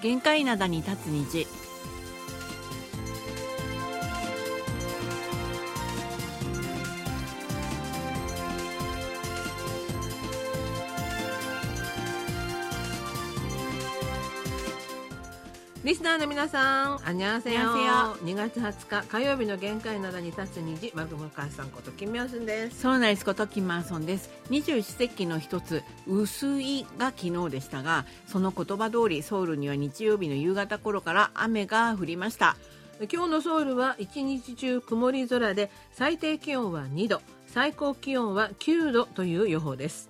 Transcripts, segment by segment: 限界灘に立つ虹リスナーの皆さん、あにゃんせよ。こんにちは2月20日火曜日の限界などに立つ虹、マグムカさんことキミョンスンです。そうなんですことキンマーソンです二十四節気の一つ「薄い」が昨日でしたがその言葉通りソウルには日曜日の夕方頃から雨が降りました今日のソウルは一日中曇り空で、最低気温は2度、最高気温は9度という予報です。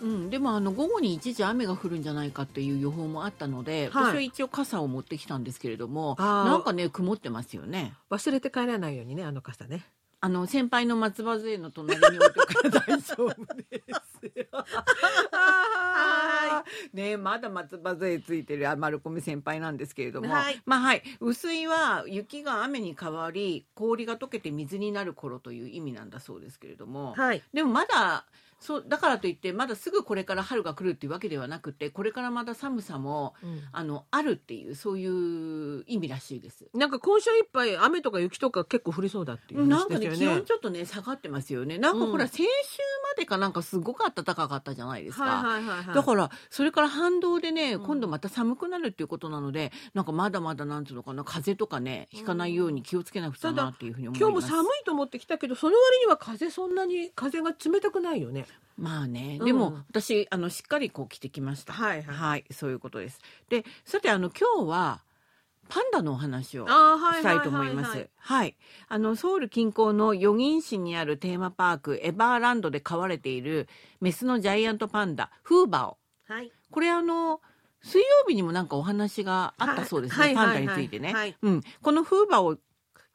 うん、でもあの午後に一時雨が降るんじゃないかという予報もあったので、はい私は一応傘を持ってきたんですけれどもあーなんかね曇ってますよね忘れて帰らないようにね、あの傘ね。あの先輩の松葉杖の隣に置いておくから大丈夫ですよはねえまだ松葉杖ついてるあ丸込先輩なんですけれども、はいまあはい薄いは雪が雨に変わり氷が溶けて水になる頃という意味なんだそうですけれども、はい。でもまだそうだからといってまだすぐこれから春が来るっていうわけではなくてこれからまだ寒さもあのあるっていうそういう意味らしいです。なんか今週いっぱい雨とか雪とか結構降りそうだっていうな話んかでねすよね。気温ちょっとね下がってますよね。なんかほうらん先週までかなんかすごく暖かかったじゃないですか。はいはいはいはい。だからそれから反動でね、うん今度また寒くなるっていうことなのでなんかまだまだなんつうのかな風邪とかねひかないように気をつけなくちゃなっていうふうに思いま今す。日も寒いと思ってきたけど、その割には風そんなに風が冷たくないよね。まあね、うんでも私あのしっかりこう着てきました。はいはいそういうことです。で、さてあの今日はパンダのお話をあしーたいと思います。はい、あのソウル近郊のヨギン市にあるテーマパークエバーランドで飼われているメスのジャイアントパンダフーバオ。はい。これあの水曜日にもなんかお話があったそうですね、はいパンダについてね、はいはいはいうん、このフーバオ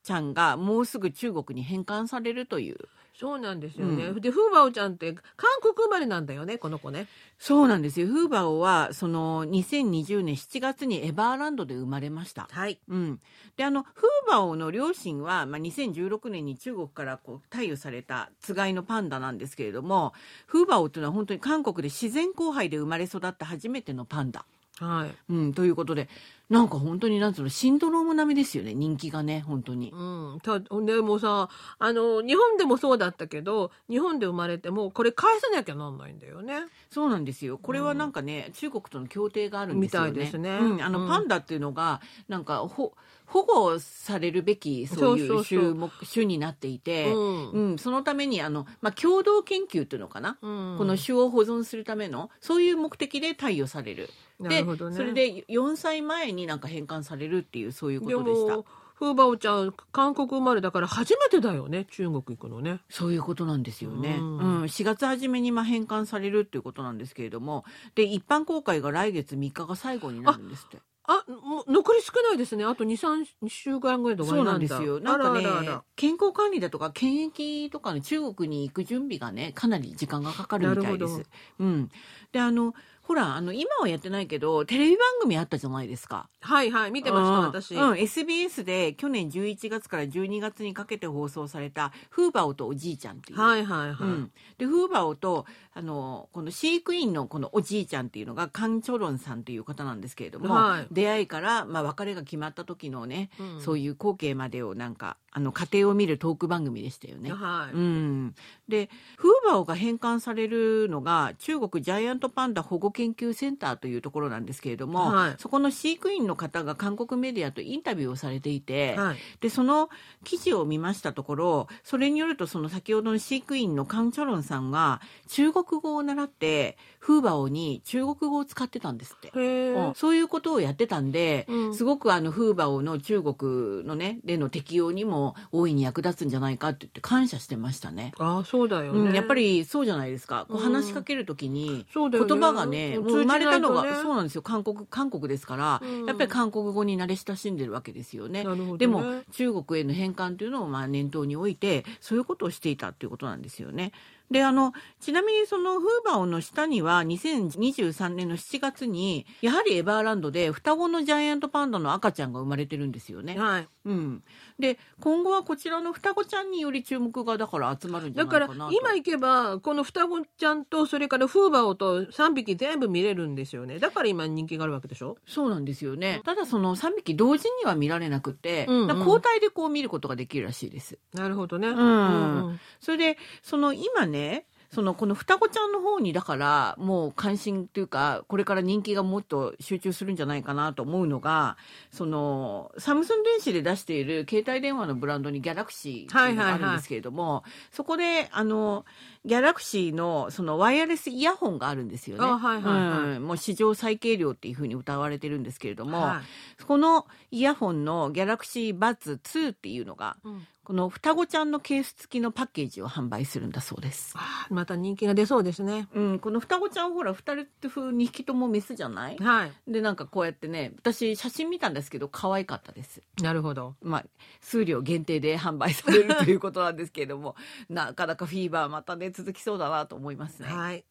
ちゃんがもうすぐ中国に返還されるというそうなんですよね。うで、フーバオちゃんって韓国生まれなんだよね、この子ね。そうなんですよフーバオはその2020年7月にエバーランドで生まれましたはい。うん、であのフーバオの両親は、まあ、2016年に中国からこう貸与されたつがいのパンダなんですけれどもフーバオというのは本当に韓国で自然交配で生まれ育った初めてのパンダ、はい。うん、ということでなんか本当になんつうのシンドローム並みですよね人気がね本当に。うん。たでもさ、あの、日本でもそうだったけど、日本で生まれても、これ返さなきゃなんないんだよね。そうなんですよ。これはなんかね、中国との協定があるんですよね。みたいですねうん、あの、うんパンダっていうのがなんかほ保護されるべきそういそううそうそ種う目種になっていて、うんうん、そのためにあのまあ共同研究というのかな。うんこの種を保存するためのそういう目的で貸与されるなでるほどね。それで4歳前になんか返還されるっていうそういうこでとでしたも、フーバオちゃん、韓国生まれだから初めてだよね、中国行くのね。そういうことなんですよね、ううんん4月初めにまあ返還されるっていうことなんですけれどもで一般公開が来月3日が最後になるんですってあ、もう残り少ないですね。あと2、3二週間ぐらいで終そうなわりなんんだ。ですよなんかねあらあらあら健康管理だとか検疫とかの中国に行く準備がねかなり時間がかかるみたいでなする。うん、であのほらあの今はやってないけどテレビ番組あったじゃないですか。はいはい、見てまうんした、私。うん、SBS で去年11月から12月にかけて放送された「フーバオとおじいちゃん」っていう、はいはいはい。うん、でフーバオとあのこの飼育員のこのおじいちゃんっていうのがカン・チョロンさんという方なんですけれども、はい出会いから、まあ、別れが決まった時のね、うんそういう光景までをなんかあの家庭を見るトーク番組でしたよね。はい。うん、でフーバオが返還されるのが中国ジャイアントパンダ保護研究センターというところなんですけれども、はいそこの飼育員の方が韓国メディアとインタビューをされていて、はい。でその記事を見ましたところそれによるとその先ほどの飼育員のカン・チョロンさんが中国語を習ってフーバオに中国語を使ってたんですって。へえ。うんそういうことをやってたんで、うんすごくあのフーバオの中国のねでの適用にも大いに役立つんじゃないかって言って感謝してましたね。ああ、そうだよね、うん、やっぱりそうじゃないですか。こううん話しかけるときにそうだ言よね葉がね、うんもう生まれたのが、通じないとねそうなんですよ。韓国韓国ですから、うんやっぱり韓国語に慣れ親しんでるわけですよね。なるほどねでも中国への返還というのをまあ念頭に置いてそういうことをしていたっていうことなんですよね。であのちなみにそのフーバオの下には2023年の7月にやはりエバーランドで双子のジャイアントパンダの赤ちゃんが生まれてるんですよね。はい。うん、で今後はこちらの双子ちゃんにより注目がだから集まるんじゃだないかかならと今行けばこの双子ちゃんとそれからフーバオと3匹全部見れるんですよねだから今人気があるわけでしょそうなんですよねただその3匹同時には見られなくて、うんうんだから交代でこう見ることができるらしいです。なるほどね、んうんうんそれでその今ねそのこの双子ちゃんの方にだからもう関心というかこれから人気がもっと集中するんじゃないかなと思うのがそのサムスン電子で出している携帯電話のブランドにギャラクシーっていうのがあるんですけれども、そこであのギャラクシーのそのワイヤレスイヤホンがあるんですよね。あはいはいはいうんもう史上最軽量っていうふうに歌われてるんですけれども、はこのイヤホンのギャラクシーバッズ2っていうのがいうんこの双子ちゃんのケース付きのパッケージを販売するんだそうです。あーまた人気が出そうですねうん、この双子ちゃんほら二人って風2匹ともメスじゃないはいでなんかこうやってね私写真見たんですけど可愛かったです。なるほどまあ数量限定で販売されるということなんですけれども なかなかフィーバーまたね続きそうだなと思いますね。はい、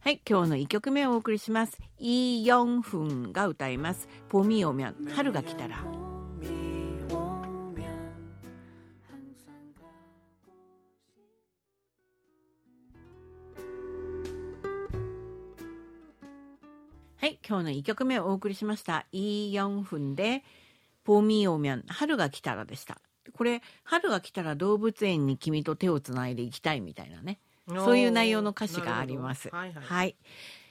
はい今日の一曲目をお送りします。イ・ヨンフンが歌います。ポミオミャン春が来たら。はい、今日の一曲目をお送りしました。イ・ヨンフンで、ポーミーオーミャン、春が来たらでした。これ、春が来たら動物園に君と手をつないでいきたいみたいなね。そういう内容の歌詞があります。おーなるほどはいはい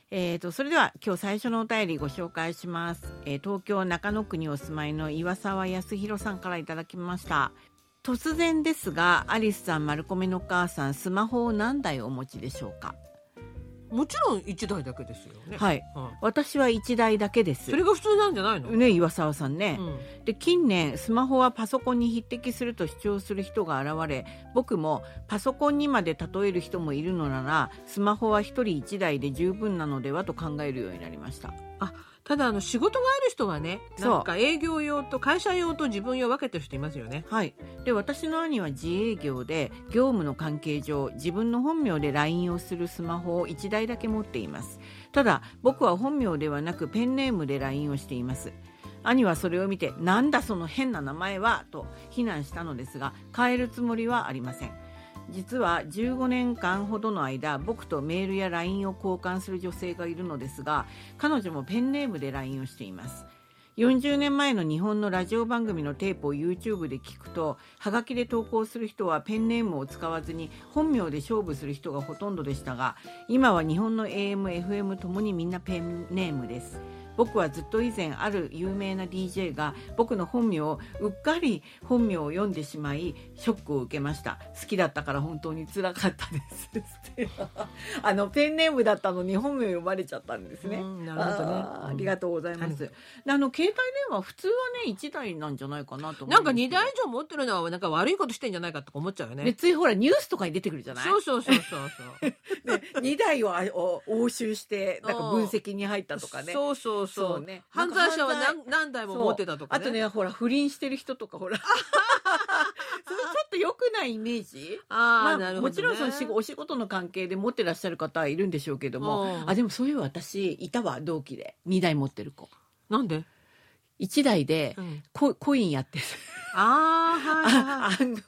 えー、とそれでは今日最初のお便りご紹介します、えー東京中野区にお住まいの岩沢康弘さんからいただきました突然ですがアリスさんマルコメのお母さんスマホを何台お持ちでしょうかもちろん一台だけですよねはいうん私は1台だけですそれが普通なんじゃないの、ね岩沢さんね、うんで近年スマホはパソコンに匹敵すると主張する人が現れ僕もパソコンにまで例える人もいるのならスマホは1人1台で十分なのではと考えるようになりましたただあの仕事がある人はねそうなんか営業用と会社用と自分用分けてる人いますよねはいで私の兄は自営業で業務の関係上自分の本名で LINE をするスマホを1台だけ持っていますただ僕は本名ではなくペンネームで LINE をしています兄はそれを見て「なんだその変な名前は!」と非難したのですが変えるつもりはありません実は15年間ほどの間僕とメールや LINE を交換する女性がいるのですが彼女もペンネームで LINE をしています40年前の日本のラジオ番組のテープを YouTube で聞くとハガキで投稿する人はペンネームを使わずに本名で勝負する人がほとんどでしたが今は日本の AMFM ともにみんなペンネームです僕はずっと以前ある有名な DJ が僕の本名をうっかり本名を読んでしまいショックを受けました好きだったから本当につらかったですあのペンネームだったのに本名読まれちゃったんですね、うんなるほどねあーありがとうございます、はであの携帯電話普通はね1台なんじゃないかなと思なんかですけど2台以上持ってるのはなんか悪いことしてんじゃないかとか思っちゃうよでねついほらニュースとかに出てくるじゃないそうそうそう そうそうで2台をあお押収してなんか分析に入ったとかねそうそうそうそうね犯罪者はなんか犯何何台も持ってたとかあとねほら不倫してる人とかほら それちょっと良くないイメージまあああなるほどねもちろんその仕お仕事の関係で持ってらっしゃる方はいるんでしょうけども、うんあでもそういう私いたわ同期で2台持ってる子なんで1台でうんココインやってるああはいはいは いあ暗号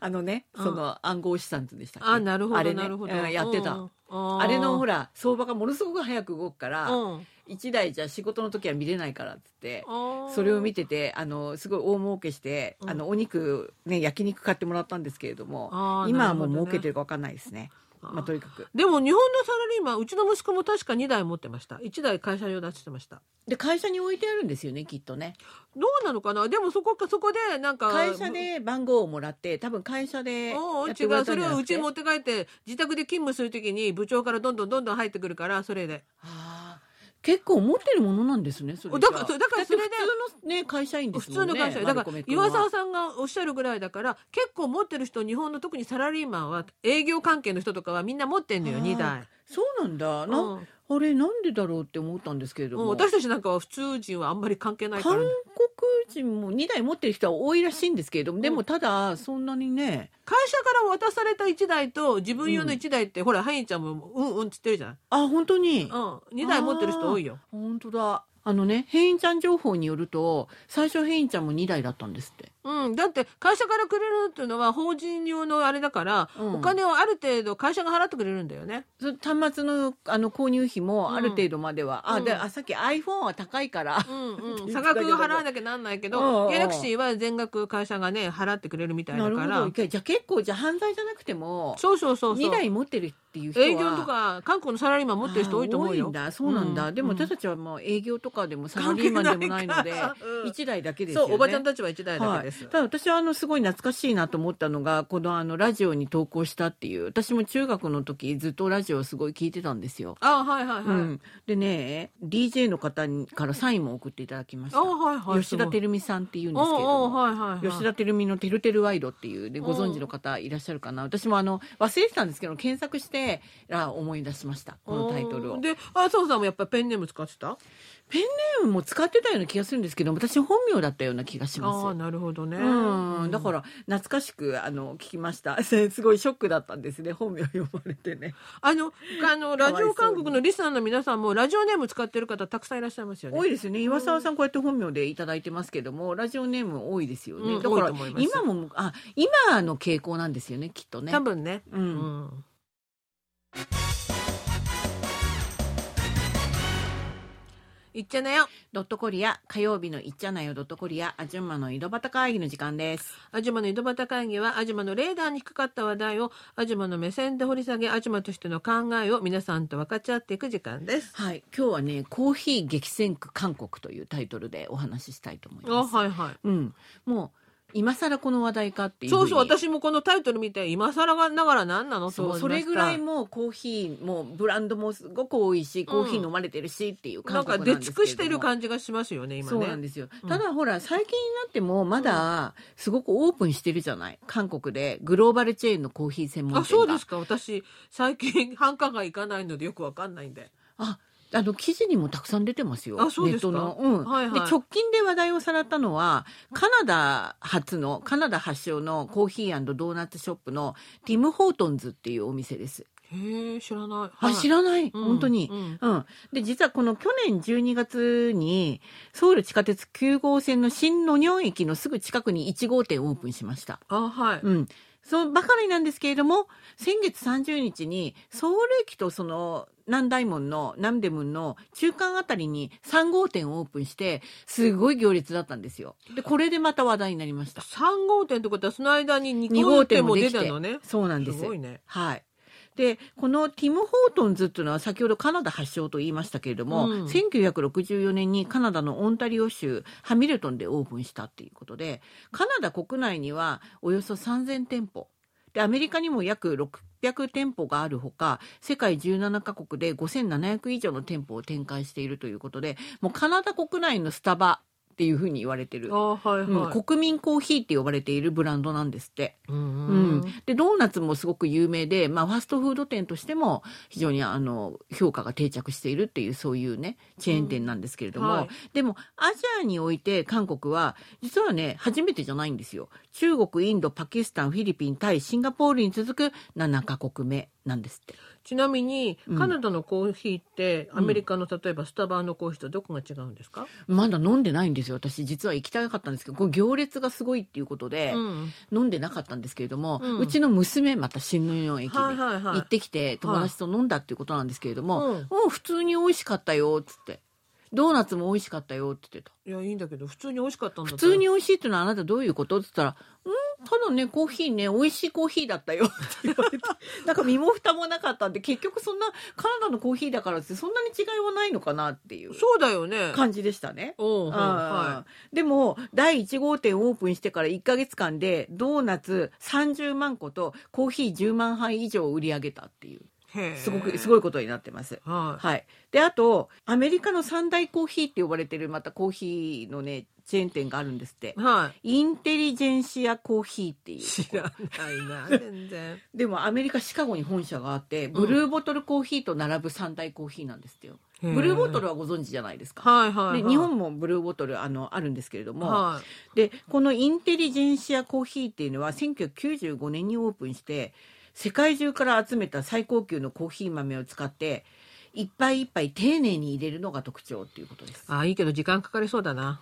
あのね、うんその暗号資産でしたっけあなるほあどれねなるほどうんやってた、ああれのほらら相場がものすごく早く動くから、うん1台じゃ仕事の時は見れないからっつってあ。ーそれを見ててあのすごい大儲けして、うんあのお肉ね焼肉買ってもらったんですけれどもあー今はもなうるほどね儲けてるか分かんないですねあーまあとにかくでも日本のサラリーマンうちの息子も確か2台持ってました1台会社用出してましたで会社に置いてあるんですよねきっとねどうなのかなでもそこかそこでなんか会社で番号をもらって多分会社でやおうおうっ違てもらうったそんじれゃなをくうちてに持って帰って自宅で勤務するときに部長からどんどんどんどん入ってくるからそれであー結構持ってるものなんですねそれだからそうだからそれでだって普通のね会社員ですも普通んねの会社だマルかコらメ君は岩沢さんがおっしゃるぐらいだから結構持ってる人日本の特にサラリーマンは営業関係の人とかはみんな持ってんのよあー2台。そうなんだな、うんあれなんでだろうって思ったんですけれどももう私たちなんかは普通人はあんまり関係ないか韓ら、国チンも2台持ってる人は多いらしいんですけれども、でもただそんなにね会社から渡された1台と自分用の1台って、ほらハインちゃんもうんうんっつってるじゃない、あ本当に、うん、2台持ってる人多いよ本当だあのねヘインちゃん情報によると最初ヘインちゃんも2台だったんですってうん、だって会社からくれるっていうのは法人用のあれだから、うんお金をある程度会社が払ってくれるんだよね。その端末のあの購入費もある程度までは、あうんであさっき iPhone は高いから、うんうん、言って差たけど額を払わなきゃなんないけうんうど、んギャラクシーは全額会社がね払ってくれるみたいだから。どじゃあ結構じゃあ犯罪じゃなくてもそうそうそうそ2う。台持ってるっていう人は営業とか韓国のサラリーマン持ってる人多いと思うあー多いよん。だそうなんだ、うんでもうん私たちはもう営業とかでもサラリーマンでもないので関係ないからうん1台だけですよねそうおばちゃんたちは一台だけです。はい、ただ私はあのすごい懐かしいなと思ったのがこのあのラジオに投稿したっていう私も中学の時ずっとラジオをすごい聞いてたんですよ。あはいはいはい。うん、でね DJ の方にからサインも送っていただきましあた、はいはい。吉田照美さんっていうん美ですけれども。はいはいはい。吉田照美の「てるてるワイド」っていうでご存知の方いらっしゃるかな私もあの忘れてたんですけど検索してあ思い出しましたこのタイトルうをん。で、あそうさんもやっぱりペンネーム使ってた。あペンネームも使ってたような気がするんですけど私本名だったような気がしますあなるほどね。うん、だから懐かしくあの聞きました。 すごいショックだったんですね。本名呼ばれてね。あの、あの、ラジオかわいそう韓に国のリスナーの皆さんも、ラジオネーム使ってる方たくさんいらっしゃいますよね。多いですよね。岩沢さんこうやって本名でいただいてますけども、ラジオネーム多いですよね。うんだか多いらと思います今もあ今の傾向なんですよね。きっとね多。分ね。う。うんん。いっちゃなよ。ドットコリア火曜日のいっちゃなよドットコリアアジュンマの井戸端会議の時間です。アジマの井戸端会議は、アジマのレーダーに引っかかった話題を、アジマの目線で掘り下げ、アジマとしての考えを皆さんと分かち合っていく時間です。はい。今日はねコーヒー激戦区韓国というタイトルでお話ししたいと思いあ、ます。はいはい。うん。もう今更この話題かっていうふそううにそう、私もこのタイトル見て、今更ながら何なのとそ思ういそましたれぐらいもうコーヒーもブランドもすごく多いし、コーヒー飲まれてるしっていうな感んか覚出なんですけれども尽くしてる感じがしますよね、今ね。そうなんですよ、うんただほら最近になってもまだすごくオープンしてるじゃない韓国でグローバルチェーンのコーヒー専門店があそうですか私最近繁華街行かないのでよくわかんないんでああの記事にもたくさん出てますよあそうですかネットの、うんはいはでい直近で話題をさらったのはカナダ発のカナダ発祥のコーヒードーナツショップのティム・ホートンズっていうお店です、へえ知らない、あ知らない、うん本当に、うんうん、で実はこの去年12月にソウル地下鉄9号線の新ノニョン駅のすぐ近くに1号店をオープンしました。あはい、うんそのばかりなんですけれども先月30日にソウル駅とその南大門の南大門の中間あたりに3号店をオープンしてすごい行列だったんですよ。でこれでまた話題になりました。 3号店ってことはその間に2 2号号店店もも出できたてのねそうなんですすごいねはい。で、このティム・ホートンズっていうのは先ほどカナダ発祥と言いましたけれども、うん1964年にカナダのオンタリオ州ハミルトンでオープンしたっていうことで、カナダ国内にはおよそ3000店舗。で、アメリカにも約600店舗があるほか、世界17カ国で5700以上の店舗を展開しているということで、もうカナダ国内のスタバっていうふうに言われてるあ。はいはい、うん、国民コーヒーって呼ばれているブランドなんですって。うんうんうん、でドーナツもすごく有名で、まあ、ファストフード店としても非常にあの評価が定着しているっていうそういうねチェーン店なんですけれども、うんはいでもアジアにおいて韓国は実はね初めてじゃないんですよ中国インドパキスタンフィリピンタイシンガポールに続く7カ国目なんですってちなみにうんカナダのコーヒーって、んアメリカの例えばスタバのコーヒーとどこが違うんですか、まだ飲んでないんですよ私実は行きたかったんですけどこう行列がすごいっていうことで、うん飲んでなかったんですけれども、ううんちの娘また新宮駅にはいはいはい行ってきて友達と飲んだっていうことなんですけれども、うんうん普通に美味しかったよっつってドーナツも美味しかったよって言ってたいやいいんだけど普通に美味しかったんだ普通に美味しいっていうのはあなたどういうことって言ったら「うんただねコーヒーね美味しいコーヒーだったよ」って言わ れてなんか身も蓋もなかったんで結局そんなカナダのコーヒーだからってそんなに違いはないのかなっていうそうだよね感じでしたね。おあうはーでも第1号店オープンしてから1か月間でドーナツ30万個とコーヒー10万杯以上売り上げたっていういはいすごくすごい、いことになってます。はいはい、であとアメリカの三大コーヒーって呼ばれてるまたコーヒーのねチェーン店があるんですってはインテリジェンシアコーヒーっていい。う知らないな、 全然。でもアメリカシカゴに本社があってブルーボトルコーヒーと並ぶ三大コーヒーなんですよ、ブルーボトルははご存知じゃないですか。はいはい、はい、で日本もブルーボトルあのあるんですけれども、はでこのインテリジェンシアコーヒーっていうのは1995年にオープンして世界中から集めた最高級のコーヒー豆を使って一杯一杯丁寧に入れるのが特徴っていうことです。い、あいいけど時間かかりそうだな、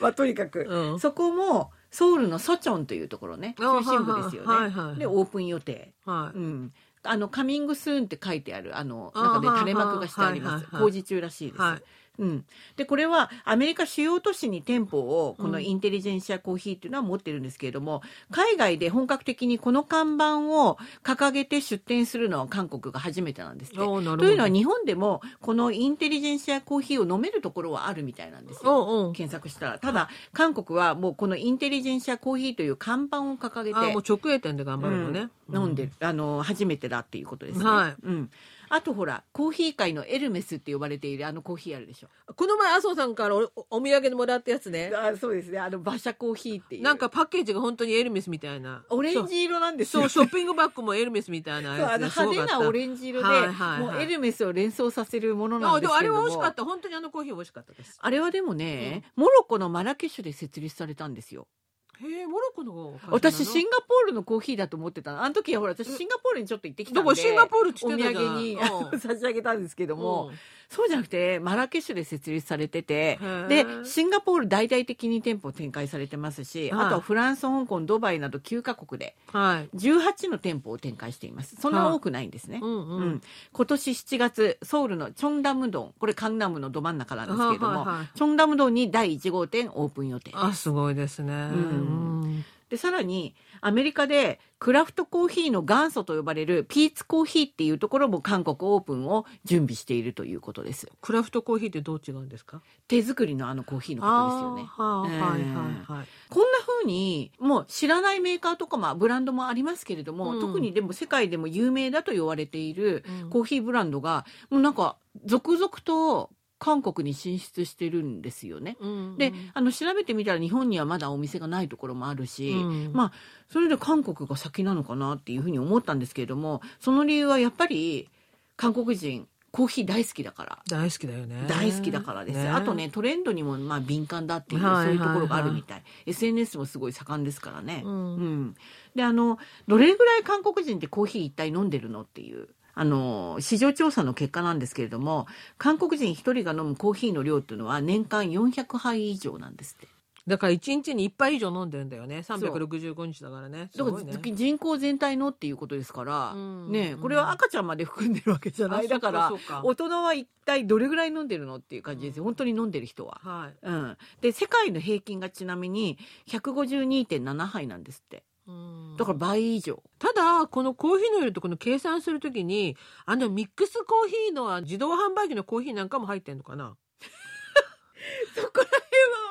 まあ、とにかく、うんそこもソウルのソチョンというところねあ中心部ですよね。はいはいはいでオープン予定。はうい、んあのカミングスーンって書いてあるあのあ中ーではい垂れ幕がしてありますはいはいはい工事中らしいです、はいうん、でこれはアメリカ主要都市に店舗をこうのんインテリジェンシアコーヒーっていうのは持ってるんですけれども、海外で本格的にこの看板を掲げて出店するのは韓国が初めてなんですって。おーなるほどというのは日本でもこのインテリジェンシアコーヒーを飲めるところはあるみたいなんですよ。おうおう検索したらただ韓国はもうこのインテリジェンシアコーヒーという看板を掲げてあもう直営店で頑張るのね、うん飲んで、あの初めてだっていうことですね、はいうん、あとほらコーヒー界のエルメスって呼ばれているあのコーヒーあるでしょこの前麻生さんからおおお土産でもらったやつねあそうですねあの馬車コーヒーってなんかパッケージが本当にエルメスみたいなオレンジ色なんですよそうショッピングバッグもエルメスみたいなそうあやつのがす派ごか手ったなオレンジ色で、はいはいはいもうエルメスを連想させるものなあんでですけもあれれどもは美味しかった本当にあのコーヒー美味しかったですあれはでもね、モロッコのマラケシュで設立されたんですよへえモロッコの会社なの私シンガポールのコーヒーだと思ってたのあの時はほら私シンガポールにちょっと行ってきたどんこでシンガポールってお言ってたじ土ゃん産にうんあの差し上げたんですけども、うんそうじゃなくてマラケシュで設立されててへーでシンガポール大々的に店舗を展開されてますし、はいあとはフランス香港ドバイなど9カ国ではい18の店舗を展開していますそんな多くないんですね、うんううんん今年7月ソウルのチョンダムドンこれカンナムのど真ん中なんですけれども、はいはいはいチョンダムドンに第1号店オープン予定あすごいですね、んでさらにアメリカでクラフトコーヒーの元祖と呼ばれるピーツコーヒーっていうところも韓国オープンを準備しているということですクラフトコーヒーってどう違うんですか手作りのあのコーヒーのことですよねあーはあはいはいはいこんな風にもう知らないメーカーとかまあブランドもありますけれども、うん特にでも世界でも有名だと言われているうんコーヒーブランドが、もうなんか続々と韓国に進出してるんですよね。うんで、あの調べてみたら日本にはまだお店がないところもあるし、うんまあそれで韓国が先なのかなっていうふうに思ったんですけれども、その理由はやっぱり韓国人コーヒー大好きだから大好きだよね大好きだからです、あとねトレンドにもまあ敏感だっていう、はいはいはいそういうところがあるみたい SNS もすごい盛んですからね、ううんであのどれぐらい韓国人ってコーヒー一体飲んでるのっていうあの市場調査の結果なんですけれども韓国人一人が飲むコーヒーの量っていうのは年間400杯以上なんですって。だから一日に一杯以上飲んでるんだよねう365日だからねすだかごらいね人口全体のっていうことですから、うんねえこれは赤ちゃんまで含んでるわけじゃなあいだからそうそうか大人は一体どれぐらい飲んでるのっていう感じですよ本当に飲んでる人は。はいうん、で世界の平均がちなみに152.7杯なんですってだから倍以上、ただこのコーヒーの量とこの計算するときにあのミックスコーヒーの自動販売機のコーヒーなんかも入ってんのかなそこら辺は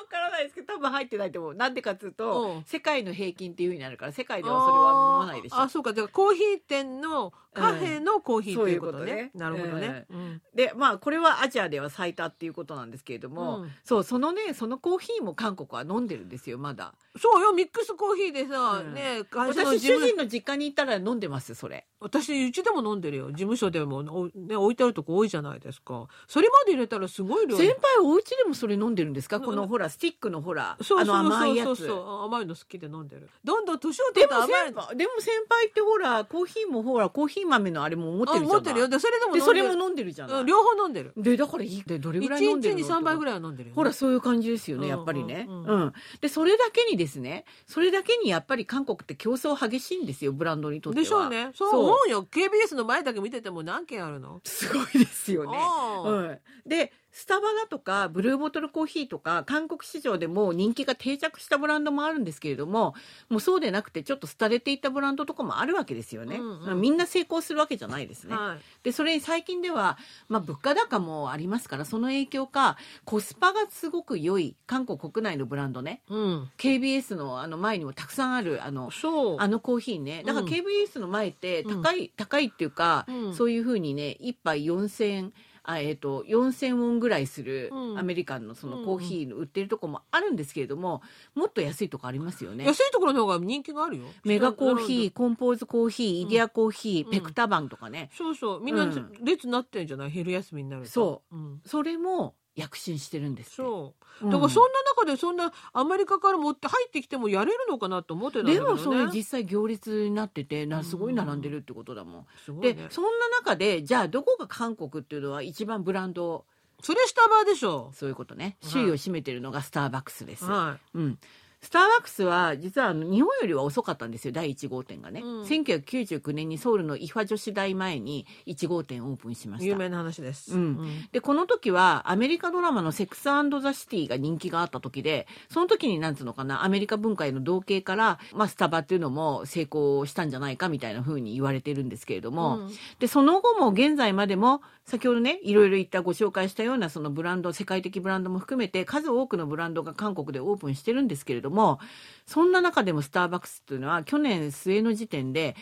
分からないですけど多分入ってないと思うなんでかっつうと、うん世界の平均っていうふうになるから世界ではそれは飲まないでしあーょあそうかだからコーヒー店のカフェのコーヒーということね、うんなるほどそういうことねね、うんでまあこれはアジアでは最多っていうことなんですけれども、うんそうそのねそのコーヒーも韓国は飲んでるんですよまだそうよミックスコーヒーでさ、うんね会社の私主事務人の実家に行ったら飲んでますそれ私うちでも飲んでるよ事務所でもおね、置いてあるとこ多いじゃないですかそれまで入れたらすごい量先輩お家でもそれ飲んでるんですか、んこのほらスティックのほらそうそうあの甘いやつそうそうそう甘いの好きで飲んでるどんどん年を取でるとも甘い先輩でも先輩ってほらコーヒーもほらコーヒー豆のあれも持ってるじゃあない持ってるよでそれでもで飲んそでれるも飲んでるじゃない、うん両方飲んでるでだからいいでどれぐ一らい飲んでる日のに3杯ぐらいらいは飲んでるよね、ほらそういう感じですよねやっぱりね、うんうんうんでそれだけにですねそれだけにやっぱり韓国って競争激しいんですよブランドにとってはでしょうねそう思うよ KBS の前だけ見てても何件あるのすごいですよねああうん、でスタバだとかブルーボトルコーヒーとか韓国市場でもう人気が定着したブランドもあるんですけれどももうそうでなくてちょっと廃れていったブランドとかもあるわけですよね、うんうんみんな成功するわけじゃないですね、はいでそれに最近では、まあ、物価高もありますからその影響かコスパがすごく良い韓国国内のブランドねうん、 KBS のあの前にもたくさんあるあのそうあのコーヒーねだからうん KBS の前ってうん高い、高いっていうか、うんそういうふうにね1杯4000円あえー、と4,000ウォンぐらいするうんアメリカンのそのコーヒーの売ってるとこもあるんですけれども、もっと安いとこありますよね。安いところの方が人気があるよメガコーヒ並んー、コンポーズコーヒー、イデアコーヒー、うんペクタバンとかねで、そうそうみんなうん列になってんじゃない昼休みになると、そうん、それも躍進してるんですって。そううんだからそんな中でそんなアメリカから持って入ってきてもやれるのかなと思ってたんだけでどもねそれ実際行列になっててなすごい並んでるってことだもん。すごいでねそんな中でじゃあどこが韓国っていうのは一番ブランドそれスタバでしょそういうことねはい首位を占めてるのがスターバックスです。はうん、スターバックスは実はあの日本よりは遅かったんですよ第1号店がね、うん1999年にソウルのイファ女子大前に1号店オープンしまいし有た。名な話です、うんでこの時はアメリカドラマの「セックスザ・シティ」が人気があった時でその時になんつうのかなアメリカ文化への同型から、まあ、スタバっていうのも成功したんじゃないかみたいな風に言われてるんですけれども、うんでその後も現在までも先ほどねいろいろ言ったご紹介したようなそのブランド世界的ブランドも含めて数多くのブランドが韓国でオープンしてるんですけれどもそんな中でもスターバックスっていうのは去年末の時点で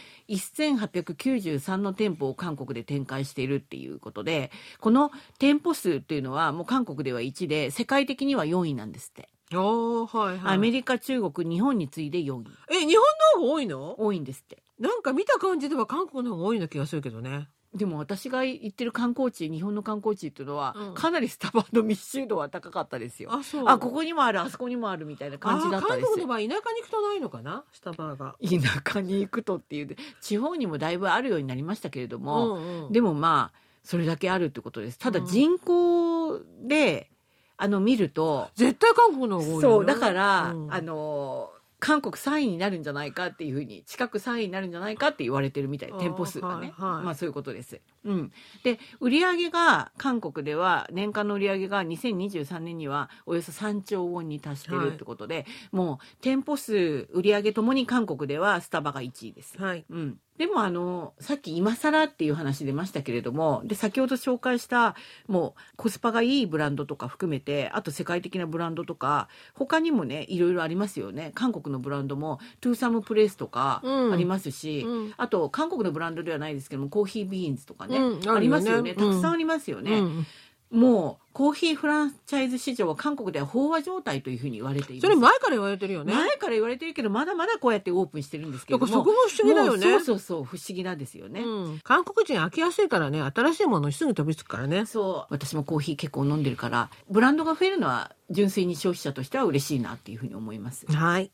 1893の店舗を韓国で展開しているっていうことでこの店舗数っていうのはもう韓国では1で世界的には4位なんですって、あーはいはいアメリカ中国日本に次いで4位え日本の方が多いの多いんですってなんか見た感じでは韓国の方が多いような気がするけどねでも私が行ってる観光地日本の観光地っていうのは、うんかなりスタバの密集度は高かったですよ。あそうあここにもあるあそこにもあるみたいな感じだったあーで韓す国のよ。場合田舎に行くとないのかなスタバが田舎に行くとっていう地方にもだいぶあるようになりましたけれども、んでもまあそれだけあるってことです。ただうん人口で、あの見ると絶対韓国の方が多いよそうだから、うんあの韓国3位になるんじゃないかっていうふうに近く3位になるんじゃないかって言われてるみたいあー店舗数がね、はいはいまあそういうことです。うん、で売り上げが韓国では年間の売り上げが2023年にはおよそ3兆ウォンに達してるってことで、もう店舗数売り上げともに韓国ではスタバが1位です。はいうん、でもあのさっき今更っていう話出ましたけれどもで先ほど紹介したもうコスパがいいブランドとか含めてあと世界的なブランドとか他にもねいろいろありますよね韓国のブランドもトゥーサムプレイスとかうんありますし、うんあと韓国のブランドではないですけどもコーヒービーンズとかね、うんあるよねありますよねうんたくさんありますよね、うんもうコーヒーフランチャイズ市場は韓国では飽和状態というふうに言われていますそれ前から言われてるよね前から言われてるけどまだまだこうやってオープンしてるんですけれだかどらもそこも不思議だよねもうそうそうそう不思議なんですよね、うん韓国人飽きやすいからね新しいものにすぐ飛びつくからねそう私もコーヒー結構飲んでるからブランドが増えるのは純粋に消費者としては嬉しいなっていうふうに思いますはい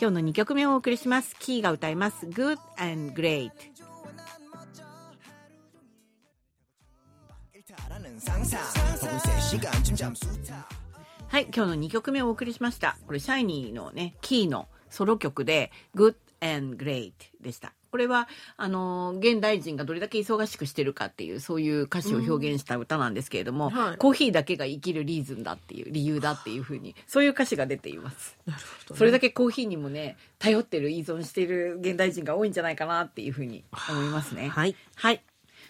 今日の2曲目をお送りしますキーが歌います「Good and Great」 난 멋져 하루 종일 일탈하는 상사 혹은 3시간쯤 잠수타 はい今日の2曲目をお送りしましたこれシャイニーのねキーのソロ曲で「Good and Great」でしたこれはあのー現代人がどれだけ忙しくしてるかっていうそういう歌詞を表現した歌なんですけれども、はいコーヒーだけが生きるリーズンだっていう理由だっていうふうにそういう歌詞が出ていますなるほどねそれだけコーヒーにもね頼ってる依存している現代人が多いんじゃないかなっていうふうに思いますね。はいはい、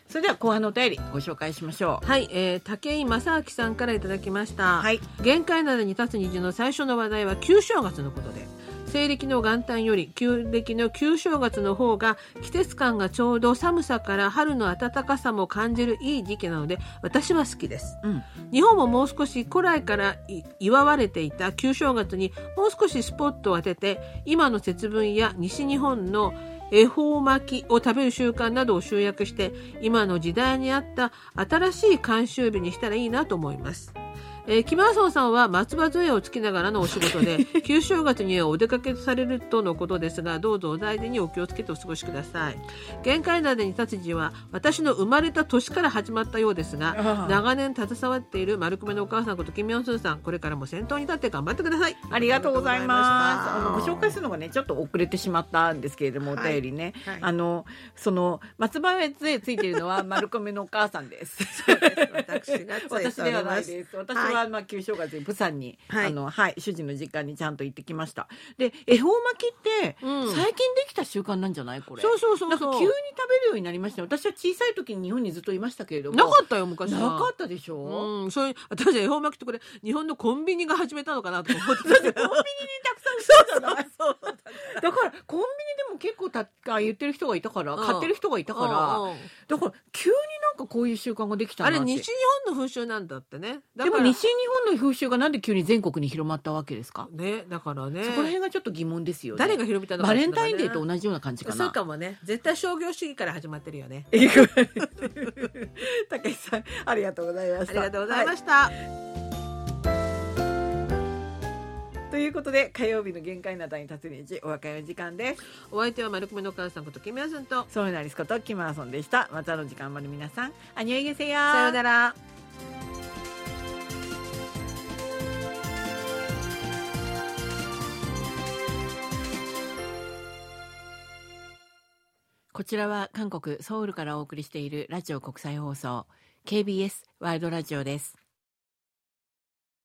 それでは後半のお便りご紹介しましょう。はい、えー、武井正明さんからいただきました、はい限界などに立つ虹の最初の話題は旧正月のことで西暦の元旦より旧暦の旧正月の方が季節感がちょうど寒さから春の暖かさも感じるいい時期なので私は好きですうん、日本ももう少し古来からい祝われていた旧正月にもう少しスポットを当てて今の節分や西日本の恵方巻きを食べる習慣などを集約して今の時代に合った新しい慣習日にしたらいいなと思います。えーキマーソンさんは松葉杖をつきながらのお仕事で旧正月にはお出かけされるとのことですがどうぞお大事にお気をつけてお過ごしください限界なでに立つ字は私の生まれた年から始まったようですがああ長年携わっている丸くめのお母さんことキム・ヨンスンさんこれからも先頭に立って頑張ってくださいありがとうございます。あありがとうのごござい紹ま介しするのがねちょっと遅れてしまったんですけれども、はいお便りね、はいあのその松葉杖ついてるのは 丸込めのお母さんです。た私がついておりま私すではないです。私ははまあ旧正月に釜山に、はいあのはい主人の実家にちゃんと行ってきました。で恵方巻きって、うん最近できた習慣なんじゃないこれ。そうそうそうなんそかう急に食べるようになりましたよ私は小さい時に日本にずっといましたけれどもなかったよ昔なはかったでしょ、うん、そういう私恵方巻きってこれ 日本のコンビニが始めたのかなと思ってたコンビニにたくさん売ってたじゃないだからコンビニでも結構たあ言ってる人がいたから、うん買ってる人がいたから、うんうんだから急になんかこういう習慣ができたなあってれ西日本の風習なんだってねだでかもら西日本の風習がなんで急に全国に広まったわけですか、ねだからねそこら辺がちょっと疑問ですよね誰が広めたのかバってレいうンのがタねインデーと同じような感じかそうなかもね絶対商業主義から始まってるよねえぐい 高橋さんありがとうございましあたりがとうございましした、た、ということで火曜日の限界などに立つ日お別れの時間ですお相手は丸くめのお母さんことキミヤさんとソウルナリスことキマーソンでしたまたの時間まで皆さんアニョイゲセヨさようならこちらは韓国ソウルからお送りしているラジオ国際放送 KBS ワールドラジオです。